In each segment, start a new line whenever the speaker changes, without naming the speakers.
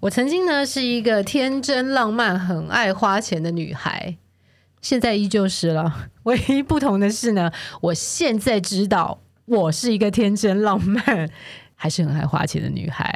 我曾经呢是一个天真浪漫、很爱花钱的女孩，现在依旧是了。 唯一不同的是呢，我现在知道我是一个天真浪漫，还是很爱花钱的女孩。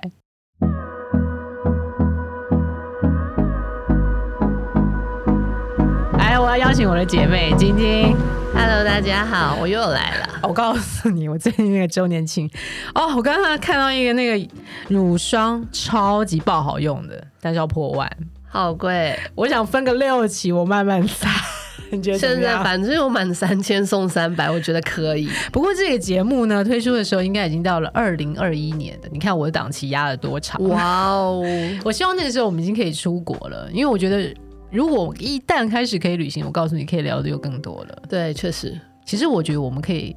哎，我要邀请我的姐妹晶晶。哦
Hello，大家好，我又来了。
我告诉你，我最近那个周年庆，哦，我刚刚看到一个那个乳霜超级爆好用的，但是要破万，
好贵，
我想分个六期，我慢慢 撒。你觉得怎
现
么
在
样？
反正有满三千送三百，我觉得可以。
不过这个节目呢，推出的时候应该已经到了二零二一年的，你看我的档期压了多长？
哇哦，
我希望那个时候我们已经可以出国了，因为我觉得如果一旦开始可以旅行，我告诉你可以聊的又更多了。
对，确实，
其实我觉得我们可以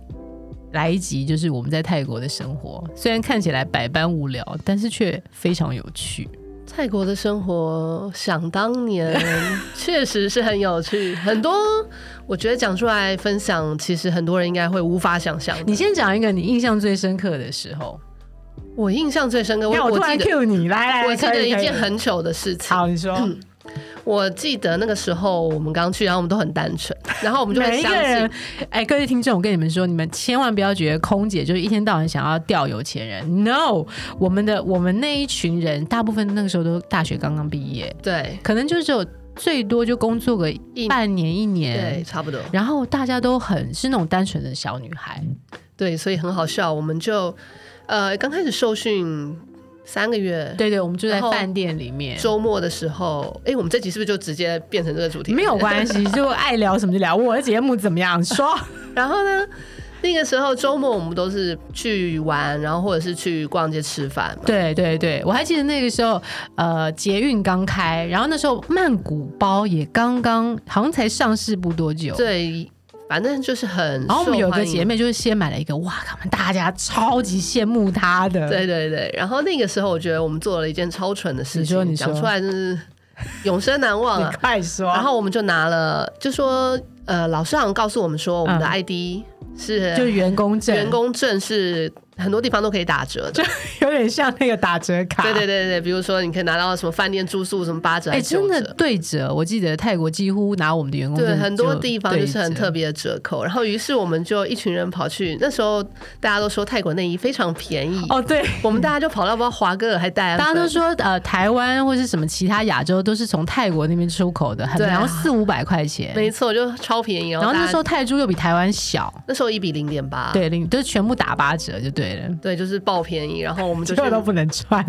来一集，就是我们在泰国的生活，虽然看起来百般无聊，但是却非常有趣。
泰国的生活想 当年确实是很有趣，很多我觉得讲出来分享，其实很多人应该会无法想象的。
你先讲一个你印象最深刻的时候，
我印象最深刻，
你看
我
我突
记
然
得
Q 你，来来，
我记得一件
可以
很嗯糗的事 情。
好，你说，
我记得那个时候我们刚去，然后我们都很单纯，然后我们就
每
会
一
相
个
信
人，哎，各位听众，我跟你们说，你们千万不要觉得空姐就是一天到晚想要钓有钱人。No，我们的我们那一群人，大部分那个时候都大学刚刚毕业，
对
可能就只有最多就工作个
一
半年一
对
年。
差不多。
然后大家都很是那种单纯的小女孩，
嗯对，所以很好笑。我们就呃刚开始受训三个月，
对对，我们住在
然后
饭店里面，
周末的时候，哎，我们这集是不是就直接变成这个主题？
没有关系，就爱聊什么就聊。我的节目怎么样？说
然后呢，那个时候周末我们都是去玩，然后或者是去逛街吃饭嘛。
对对对，我还记得那个时候，呃，捷运刚开，然后那时候曼谷包也刚刚好像才上市不多久。
对，反正就是很
哦然后我们
受
有一个
欢
姐
迎。
妹，就是先买了一个，哇，他们大家超级羡慕她的。
对对对，然后那个时候我觉得我们做了一件超蠢的事情，
你说你说
讲出来真是永生难忘啊
你！快说。
然后我们就拿了，就说呃，老师好像告诉我们说，我们的
嗯
ID 是
就是员工证，
员工证是很多地方都可以打折的。
有点像那个打折卡。
对对对对，比如说你可以拿到什么饭店住宿什么八折
哎、
还是九
真
折，
的哦对折，我记得泰国几乎拿我们的员工
对
证
很多地方就是很特
别。
别的折扣。然后于是我们就一群人跑去，那时候大家都说泰国内衣非常便宜，
哦， 对，
我们大家就跑到不知道华哥尔还带，
大家都说呃，台湾或是什么其他亚洲都是从泰国那边出口的，很
对啊
然后四五百块钱，
没错，就超便宜。然
然后啊
后大
那
家
时候泰铢又比台湾小，
那时候一比零点八，
对，零就是全部打八折就对了，
对，就是爆便宜。然后我们就
结
去
果都不能穿。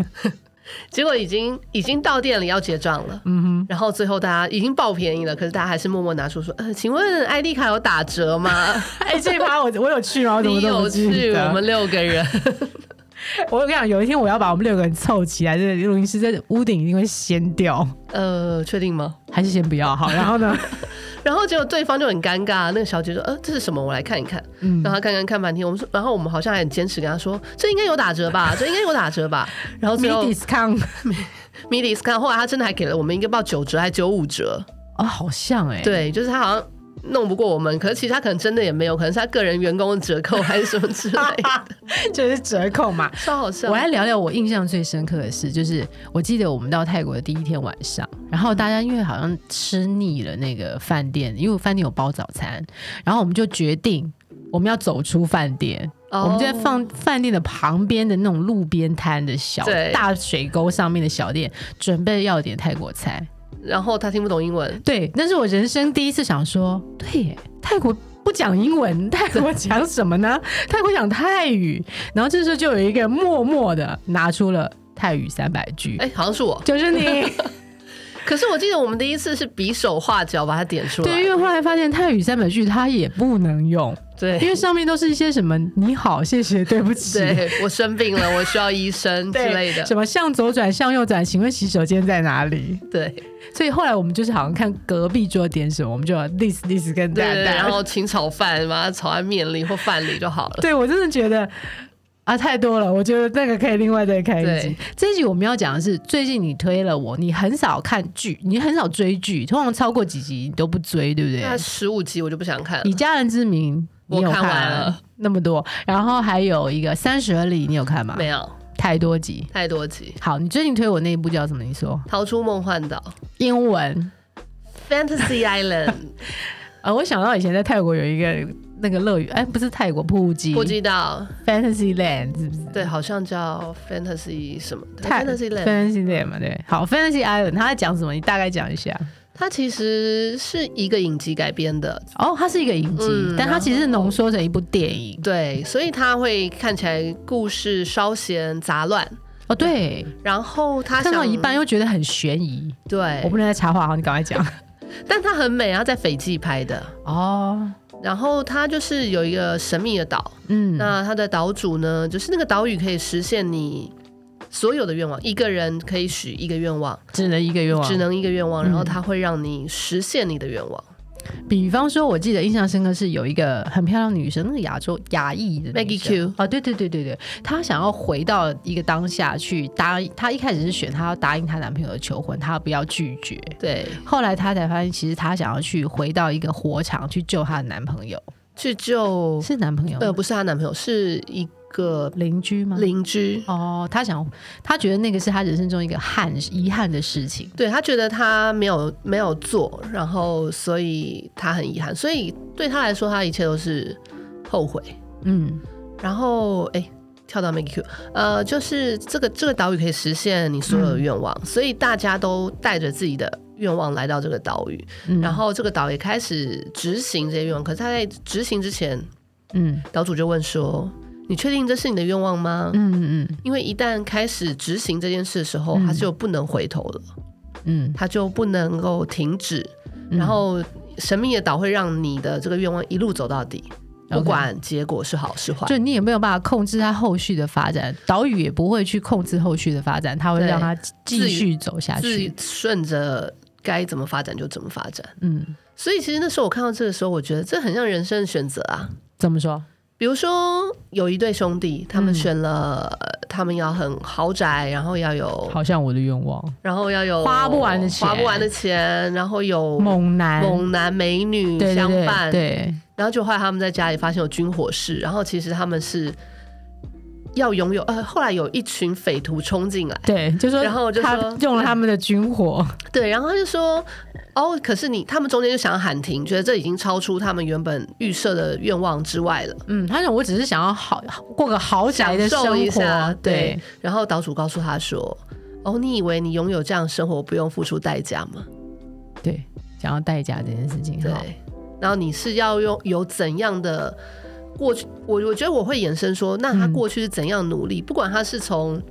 结果已经已经到店里要结账了，嗯哼，然后最后大家已经爆便宜了，可是大家还是默默拿出说，呃，请问 ID 卡有打折吗？
哎、这一趴我我有去吗？我怎么
你
都不
有
记
去，
得
我们六个人，
我跟你讲，有一天我要把我们六个人凑齐来，这个录音师在屋顶一定会掀掉，
呃，确定吗？
还是先不要好。然后 呢，
然后结果对方就很尴尬，那个小姐说，呃，这是什么？我来看一看。
嗯
然后她看看看半天，我们说，然后我们好像还很坚持跟她说，这应该有打折 吧，这应该有打折吧。然后
没
最后
discount
米迪斯看，后来她真的还给了我们一个报九折还九五折，
哦，好像哎、
对，就是她好像。弄不过我们，可是其实她可能真的也没有，可能是她个人员工的折扣还是什么之 类 的，
就是折扣嘛。
超好笑。
我来聊聊我印象最深刻的事，就是我记得我们到泰国的第一天晚上，然后大家因为好像吃腻了那个饭店，因为饭店有包早餐，然后我们就决定我们要走出饭店，
哦
我们就在放饭店的旁边的那种路边摊的小
对
大水沟上面的小店，准备要点泰国菜。
然后他听不懂英文，
对，那是我人生第一次想说，对耶，泰国不讲英文，泰国讲什么呢？泰国讲泰语。然后这时候就有一个默默的拿出了泰语三百句，
哎，好像是我。
就是 你。
可是我记得我们第一次是比手画脚把它点出
对，因
来，
为后来发现泰语三百句它也不能用，因
对
为上面都是一些什么你好、谢谢、对不起。
对，我生病了，我需要医生之
对
类的，
什么向左转、向右转，请问洗手间在哪里？
对
所以后来我们就是好像看隔壁桌点什么，我们就 this this 跟
对
蛋
对，
蛋，
然后请炒饭，把它炒在面里或饭里就好 了。
对我真的觉得啊，太多了。我觉得那个可以另外再开一集
对。
这一集我们要讲的是，最近你推了我，你很少看剧，你很少追剧，通常超过几集你都不追，对不对？
那十五集我就不想看
以
了，
家人之名，你有
我看完
吗
了
那么多，然后还有一个《三十而立》，你有看吗？
没有，
太多集。
太多集。
好，你最近推我那一部叫什么？你说
逃出梦幻岛
英文？
（Fantasy Island），
呃，我想到以前在泰国有一个那个乐园，哎，不是泰国，普吉
不知道，
Fantasy Land 是不是？
对，好像叫 Fantasy 什么的
泰
Fantasy Land。
Fantasy Land 嘛，对。好，Fantasy Island 它在讲什么？你大概讲一下。
它其实是一个影集改编的，
哦，它是一个影集，
嗯
但它
然后
其实浓缩成一部电影。
对，所以它会看起来故事稍嫌杂乱，
哦，对，
然后它
看到
想
一半又觉得很悬疑。我
对
不，能再插话，好，你赶快讲。
但它很美，它在斐济拍的。
哦，
然后它就是有一个神秘的岛，
嗯，
那它的岛主呢，就是那个岛屿可以实现你所有的愿望，一个人可以许一个愿望，
只能一个愿望，
只能一个愿望，然后
嗯
它会让你实现你的愿望。
比方说，我记得印象深刻是有一个很漂亮的女生，那个亚洲亚裔的女生
Maggie Q
哦，对对对对对，她想要回到一个当下去答应，她一开始是选她要答应她男朋友的求婚，她不要拒绝。
对，
后来她才发现，其实她想要去回到一个火场去救她的男朋友，
去救
是男朋友吗
呃不是她男朋友，是一个
邻居吗？
邻居。
哦，她想，她觉得那个是她人生中一个憾遗憾的事情。
对他觉得他没有没有做，然后所以他很遗憾，所以对他来说，他一切都是后悔。
嗯，
然后哎、跳到 Make You，呃，就是这个这个岛屿可以实现你所有的愿望，
嗯
所以大家都带着自己的愿望来到这个岛屿，
嗯
然后这个岛也开始执行这些愿望。可是他在执行之前，
嗯
岛主就问说：“你确定这是你的愿望吗？”
嗯嗯
因为一旦开始执行这件事的时候，
嗯
他就不能回头了，
嗯，
他就不能够停止。
嗯
然后神秘的岛会让你的这个愿望一路走到底，不
OK
管结果是好是坏。
就你也没有办法控制它后续的发展，岛屿也不会去控制后续的发展，它会
对
让它继续走下
自己
去。
顺着该怎么发展就怎么发展。
嗯，
所以其实那时候我看到这个时候，我觉得这很像人生的选择啊。
怎么说？
比如说有一对兄弟，他们
嗯
选了、呃他们要很豪宅，然后要有，
好像我的愿望，
然后要有
花不完的钱
花不完的钱，然后有
猛男，
猛男美女
对
相
对
伴
对，对，
然后就后来他们在家里发现有军火室，然后其实他们是要拥有，呃，后来有一群匪徒冲进来。
对，就说，
然后我就
他
说
用了他们的军火，
对，然后他就说，哦，可是你他们中间就想要喊停，觉得这已经超出他们原本预设的愿望之外了。
嗯，他说我只是想要好过个豪宅的生
享受一
活
下，
对
对，然后岛主告诉他说，哦，你以为你拥有这样的生活不用付出代价吗？
对，想要代价这件事情，
对
好，，
然后你是要用有怎样的过去？我我觉得我会延伸说，那他
嗯
过去是怎样努力？不管他是从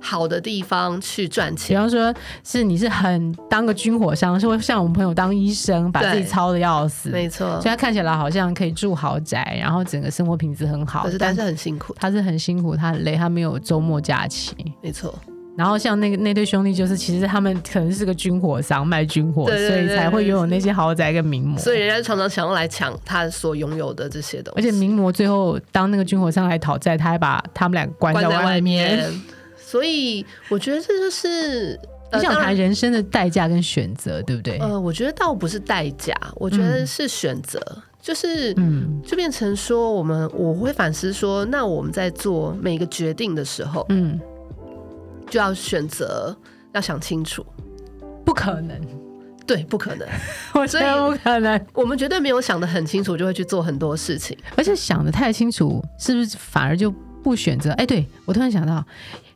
好的地方去赚
比
钱，
方说是你是很当个军火商，是会像我们朋友当医生，把自己
对
操的要死，
没错
所以，他看起来好像可以住豪宅，然后整个生活品质很好，
可是但是很辛苦，
他是很辛苦，他很累，他没有周末假期。
没错。
然后像那个那对兄弟，就是其实他们可能是个军火商，卖军火，
对对对
所以才会拥有那些豪宅跟名模。
所以人家常常想要来抢他所拥有的这些东西，
而且名模最后当那个军火商来讨债，他还把他们俩关在外面。。
所以我觉得这就是，
你
呃、
想
当
谈
然，
人生的代价跟选择，对不对？
呃，我觉得倒不是代价，我觉得是选择，就是。
嗯
就变成说，我们我会反思说，那我们在做每个决定的时候，
嗯，
就要选择，要想清楚。
不可能，
对，不可能，
我觉得
所
不可能。
我们绝对没有想得很清楚，就会去做很多事情。
而且想的太清楚，是不是反而就不选择？哎，对我突然想到，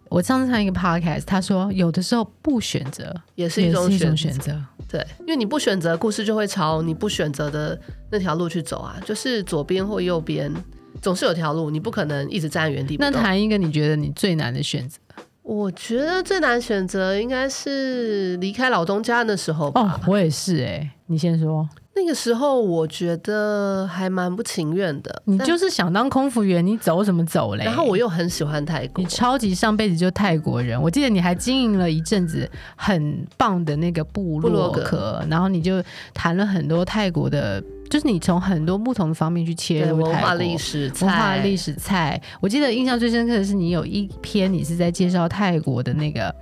我上次看一个 podcast，他说有的时候不选择
也是
也
一
是
种
一
选
种选择。
对，因为你不选择，故事就会朝你不选择的那条路去走啊，就是左边或右边，总是有条路，你不可能一直站在原地不
那
动。
谈一个你觉得你最难的选择
我觉得最难选择应该是离开老东家的时候吧。
哦，我也是哎、你先说，
那个时候我觉得还蛮不情愿的。
你
但
就是想当空服员，你走什么走嘞？
然后我又很喜欢泰国
你，超级上辈子就泰国人，我记得你还经营了一阵子很棒的那个部
部
落
落
格，
格
然后你就谈了很多泰国的，就是你从很多不同的方面去切
对
入
文
泰
化
国
历。史、
文化
菜
历史菜，我记得印象最深刻的是你有一篇你是在介绍泰国的那个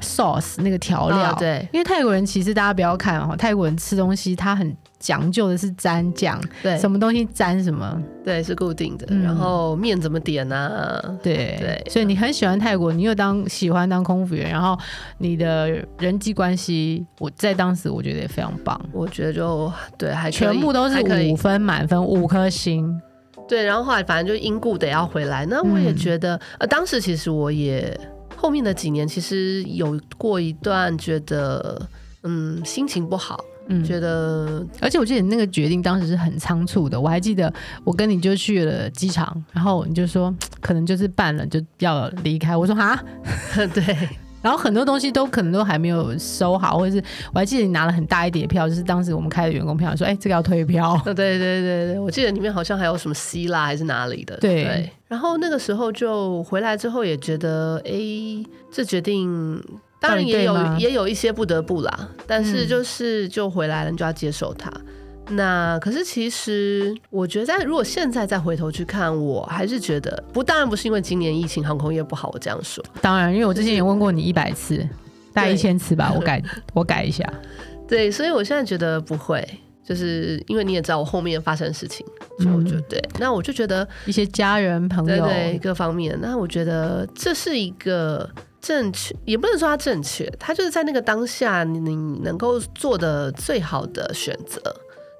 sauce 那个调料、
啊对
因为泰国人其实大家不要看哦，泰国人吃东西他很讲究的是沾酱，
对
什么东西沾什么，
对是固定的，
嗯
然后面怎么点啊？
对
对
所以你很喜欢泰国，你又当喜欢当空服员，然后你的人际关系，我在当时我觉得也非常棒，
我觉得就对，还可以
全部都是
还可以
五分满分，五颗星，
对，然后后来反正就因故得要回来。那我也觉得，呃，当时其实我也后面的几年其实有过一段觉得，嗯，心情不好，
嗯，
觉得
而且我记得你那个决定当时是很仓促的，我还记得我跟你就去了机场，然后你就说可能就是办了就要离开，我说哈，
对
然后很多东西都可能都还没有收好，或者是我还记得你拿了很大一叠票，就是当时我们开的员工票，说哎、这个要退票，
呃，对对对对，我记得里面好像还有什么希腊还是哪里的，
对
然后那个时候就回来之后也觉得，哎，这决定当然
到底
也
对
有
吗
也有一些不得不啦，但是
嗯
就是就回来了，你就要接受它。那可是其实我觉得在，如果现在再回头去看，我还是觉得不，当然不是因为今年疫情航空业不好，我这样说，
当然因为我之前也问过你一百次，大概
对
一千次吧，我 改我改一下，
对，所以我现在觉得不会。就是因为你也知道我后面发生的事情，所以我就
嗯
对，那我就觉得
一些家人朋
对
友，
对，各方面。那我觉得这是一个正确，也不能说它正确，它就是在那个当下你你能够做的最好的选择。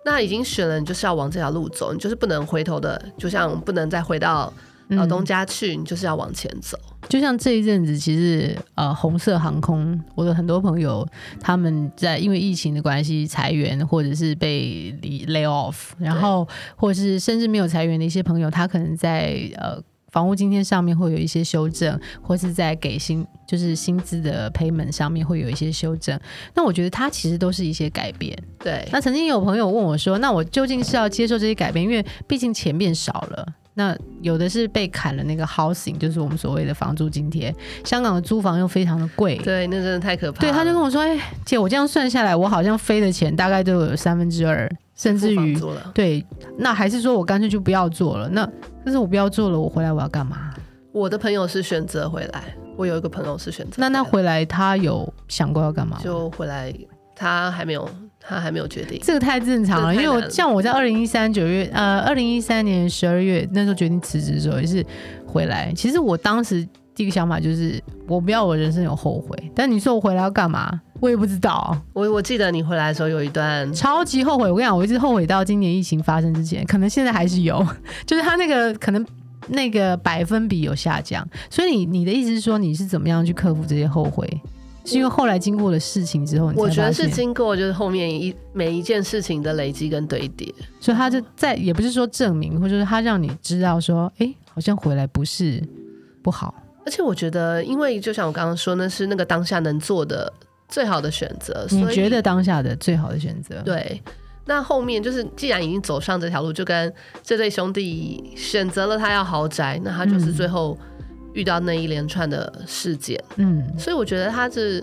那已经选了，你就是要往这条路走，你就是不能回头的，就像不能再回到老
嗯
东家去，你就是要往前走。
就像这一阵子，其实呃，红色航空，我的很多朋友他们在因为疫情的关系裁员，或者是被离 lay off，然后或者是甚至没有裁员的一些朋友，他可能在呃房屋津贴上面会有一些修正，或是在给薪就是薪资的 payment 上面会有一些修正。那我觉得它其实都是一些改变。
对，
那曾经有朋友问我说：“那我究竟是要接受这些改变？因为毕竟钱变少了。”那有的是被砍了那个 housing，就是我们所谓的房租津贴。香港的租房又非常的贵，
对，那真的太可怕
对，
了。
他就跟我说：“哎、姐，我这样算下来，我好像飞的钱大概都有三分之二，甚至
付房
于
租了。
对。那还是说我干脆就不要做了？那但是我不要做了，我回来我要干嘛？
我的朋友是选择回来，我有一个朋友是选择
那那
回
回来他有想过要干嘛吗
来？就回来，他还没有，他还没有决定。
这个太正常了，
这
因
个太
为
难了
我像我在二零一三九月，呃，二零一三年十二月那时候决定辞职的时候，也是回来。其实我当时第一个想法就是，我不要我人生有后悔。但你说我回来要干嘛？我也不知道，
我我记得你回来的时候有一段
超级后悔。我跟你讲，我一直后悔到今年疫情发生之前，可能现在还是有， 就是他那个可能那个百分比有下降。所以你你的意思是说，你是怎么样去克服这些后悔？是因为后来经过的事情之后，你才
我觉得
发
是
现
经过就是后面一每一件事情的累积跟堆叠，
所以他就在也不是说证明，或者是他让你知道说，哎、好像回来不是不好，
而且我觉得，因为就像我刚刚说，那是那个当下能做的最好的选择。
你
所以
觉得当下的最好的选择，，
对？那后面就是，既然已经走上这条路，就跟这对兄弟选择了他要豪宅，那他就是
嗯
最后遇到那一连串的事件。
嗯，
所以我觉得他是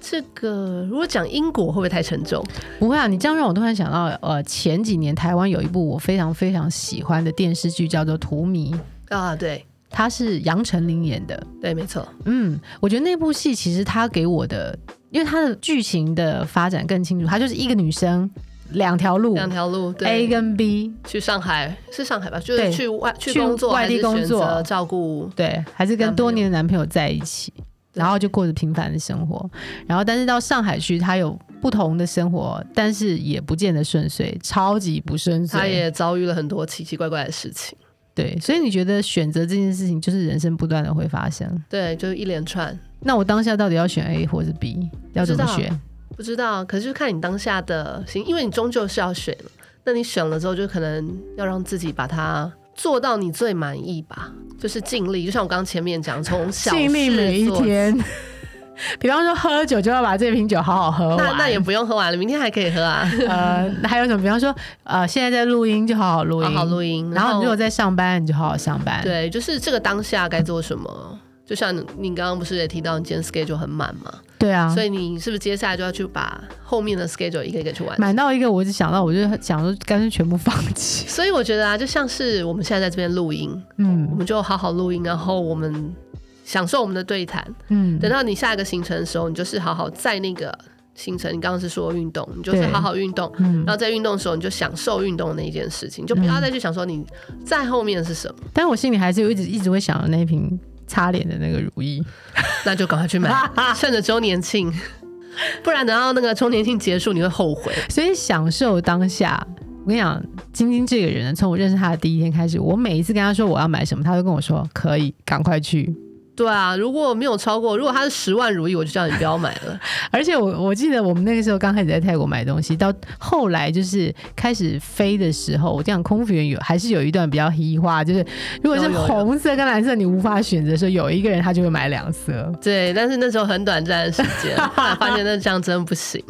这个，如果讲因果会不会太沉重？
不会啊。你这样让我突然想到，呃，前几年台湾有一部我非常非常喜欢的电视剧，叫做《荼蘼》，
啊，对
它是杨丞琳演的，
对，没错，
嗯，我觉得那部戏其实它给我的，因为它的剧情的发展更清楚，它就是一个女生两条路
两条路对
A 跟 B，
去上海是上海吧？就是
对
去外去
去
工作，
外
还
地
是选
工作
择照顾？
对，还是跟多年的男朋友在一起，
对
然后就过着平凡的生活。然后，但是到上海去，他有不同的生活，但是也不见得顺遂，超级不顺
他
遂。
也遭遇了很多奇奇怪怪的事情，
对，所以你觉得选择这件事情就是人生不断的会发生？
对，就是一连串，
那我当下到底要选 A 或是 B？要怎么
不知道
选？
不知道，可是就看你当下的心，因为你终究是要选了，那你选了之后，就可能要让自己把它做到你最满意吧，就是尽力，就像我刚刚前面讲，从小
尽力
事
每一
做起。
天。比方说喝酒就要把这瓶酒好好喝完，
那那也不用喝完了，明天还可以喝啊，
呃，还有什么？比方说呃，现在在录音就好好 录
好
音，
好录音。
然后你如果在上班，你就好好上班。
对，就是这个当下该做什么，就像你你刚刚不是也提到你今天 schedule 很满嘛，
对啊，
所以你是不是接下来就要去把后面的 schedule 一个一个去完成？
买到一个，我就想到，我就想说，干脆全部放弃。
所以我觉得啊，就像是我们现在在这边录音，我
嗯，
们就好好录音，然后我们享受我们的对谈。
嗯，
等到你下一个行程的时候，你就是好好在那个行程，你刚刚是说运动，你就是
对
好好运动，
嗯
然，后在运动的时候你就享受运动的那一件事情，就不要再去想说你在后面是什么，
但我心里还是有一直一直会想到那瓶擦脸的那个乳液。
那就赶快去买， 趁着周年庆，不然等到那个周年庆结束你会后 悔。
所以享受当下。我跟你讲，晶晶这个人呢，从我认识他的第一天开始，我每一次跟他说我要买什么，他都跟我说可以，赶快去。
对啊，如果没有超过，如果它是十万如意，我就叫你不要买了。
而且我我记得我们那个时候刚开始在泰国买东西，到后来就是开始飞的时候，我讲空服员有还是有一段比较黑化，就是如果是
有有有
红色跟蓝色你无法选择的时候，有一个人他就会买两色。
对，但是那时候很短暂的时 间，后来发现那这样真不行。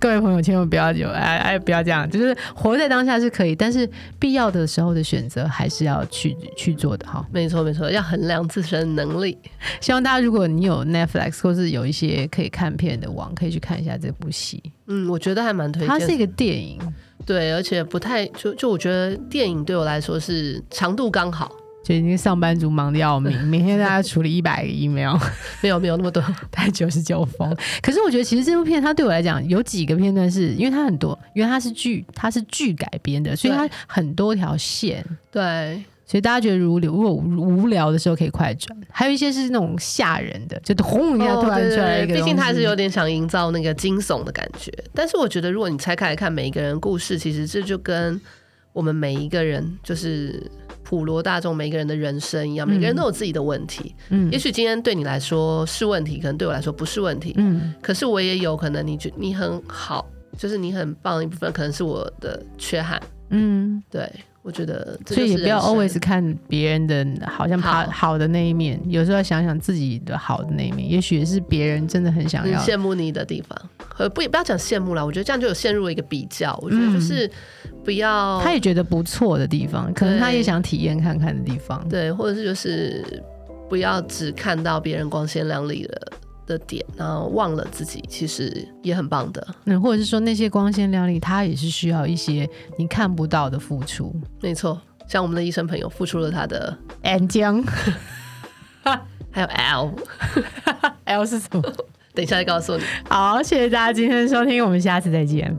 各位朋友千万不要有哎哎不要这样，就是活在当下是可以，但是必要的时候的选择还是要去去做的哈。
没错没错，要衡量自身能力。
希望大家，如果你有 Netflix 或是有一些可以看片的网，可以去看一下这部戏。
嗯，我觉得还蛮推
它
荐
是一个电影，
对，而且不太就就我觉得电影对我来说是长度刚好，
就已经上班族忙得要 命，每天大家处理一百个 email，
没有没有那么多。
带九十九封。可是我觉得，其实这部片它对我来讲有几个片段是，因为它很多，因为它是剧，它是剧改编的，所以它很多条线。
对，
所以大家觉得如聊，如果无聊的时候可以快转，还有一些是那种吓人的，就轰一下突
哦
然
对
出来
对
一个
对，毕竟
东
他还是
西
有点想营造那个惊悚的感觉。但是我觉得，如果你拆开来看每一个人的故事，其实这就跟我们每一个人就是。普罗大众每个人的人生一样，每个人都有自己的问题。
嗯
也许今天对你来说是问题，可能对我来说不是问题。
嗯
可是我也有可能你觉你很好，就是你很棒的一部分，可能是我的缺憾。
嗯。
对，我觉得这
所以
就
也
是
不要
人生
always 看别人的好像
好
好好的那一面，有时候要想想自己的好的那一面，也许是别人真的很想
嗯
要。
羡慕你的地方，呃，不不要讲羡慕啦，我觉得这样就有陷入了一个比较，我觉得就是
嗯
不要，
他也觉得不错的地方，可能他也想体验看看的地方。
对，或者是就是不要只看到别人光鲜亮丽的的点，然后忘了自己其实也很棒的，
嗯，或者是说那些光鲜亮丽，他也是需要一些你看不到的付 出。
没错。像我们的医生朋友付出了他的，
And 江
还有 L，
L 哎是什么？
等一下再告诉你。
好，谢谢大家今天的收听，我们下次再见，